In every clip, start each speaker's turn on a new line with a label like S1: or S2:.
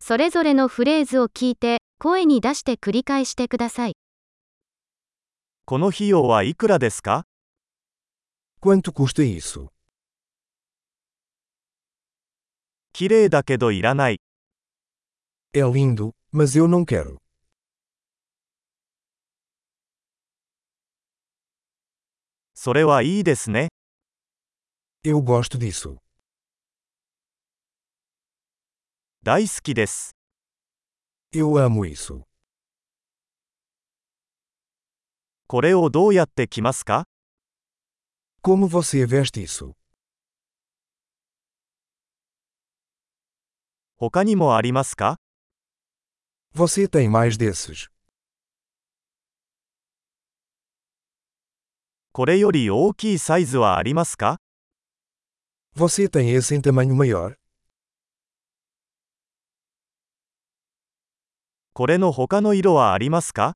S1: それぞれのフレーズを聞いて、声に出して繰り返してください。
S2: この費用はいくらですか
S3: Quanto custa isso?
S2: 綺麗だけどいらない。
S3: É lindo, mas eu não quero.
S2: それはいいですね。
S3: Eu gosto disso.
S2: 大好きです。
S3: Eu amo isso.
S2: これをどうやって着ますか
S3: Como você veste isso?
S2: 他にもありますか
S3: Você tem mais desses.
S2: これより大きいサイズはありますか
S3: Você tem esse em tamanho maior?
S2: これの他の色はありますか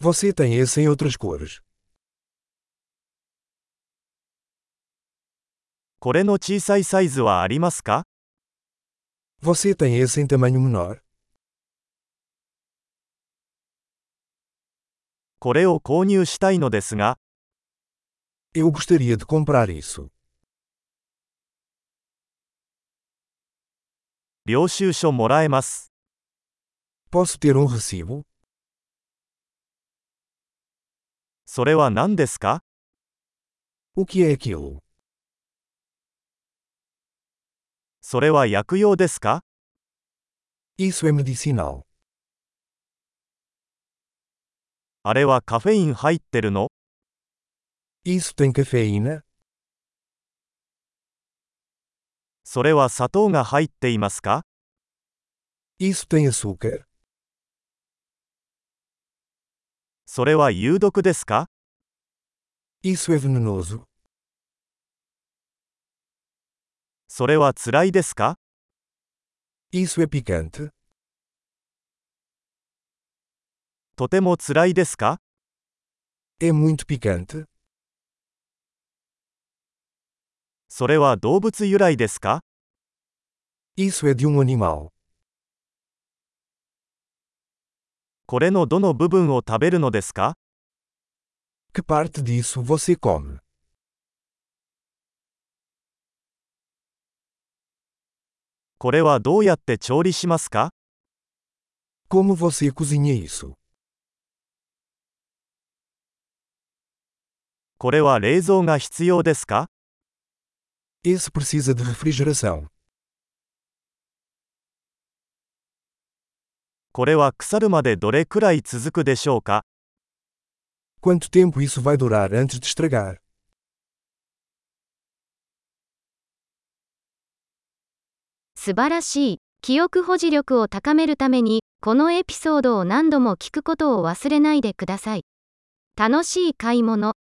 S3: Você tem esse em outras cores?
S2: これの小さいサイズはありますか
S3: Você tem esse em tamanho menor?
S2: これを購入したいのですが、
S3: Eu gostaria de comprar isso.
S2: 領収書もらえます。
S3: Posso ter um recibo?
S2: それは何ですか
S3: O que é aquilo?
S2: それは薬用ですか
S3: Isso é medicinal.
S2: あれはカフェイン入ってるの
S3: Isso tem cafeína?
S2: それは砂糖が入っていますか
S3: Isso tem açúcar?
S2: それは有毒ですか
S3: Isso é venenoso?
S2: それは辛いですか
S3: Isso é picante?
S2: とても辛いですか
S3: É muito picante?
S2: それは動物由来ですか
S3: Isso é de um animal.
S2: これのどの部分を食べるのですか
S3: Que parte disso você come?
S2: これはどうやって調理しますか
S3: Como você cozinha isso?
S2: これは冷蔵が必要ですか
S3: Esse precisa de refrigeração.
S2: これは腐るまでどれくらい続くでしょうか
S3: Quanto tempo isso vai durar antes de estragar?
S1: 素晴らしい。記憶保持力を高めるために、このエピソードを何度も聞くことを忘れないでください。楽しい買い物。